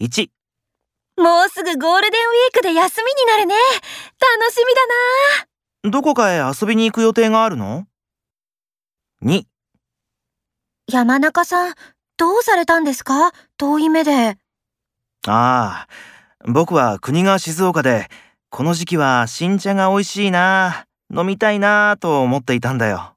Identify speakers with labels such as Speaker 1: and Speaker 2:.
Speaker 1: 1
Speaker 2: もうすぐゴールデンウィークで休みになるね。楽しみだな。
Speaker 1: どこかへ遊びに行く予定があるの ?2
Speaker 2: 山中さん、どうされたんですか遠い目で。
Speaker 1: ああ僕は国が静岡でこの時期は新茶が美味しいな飲みたいなと思っていたんだよ。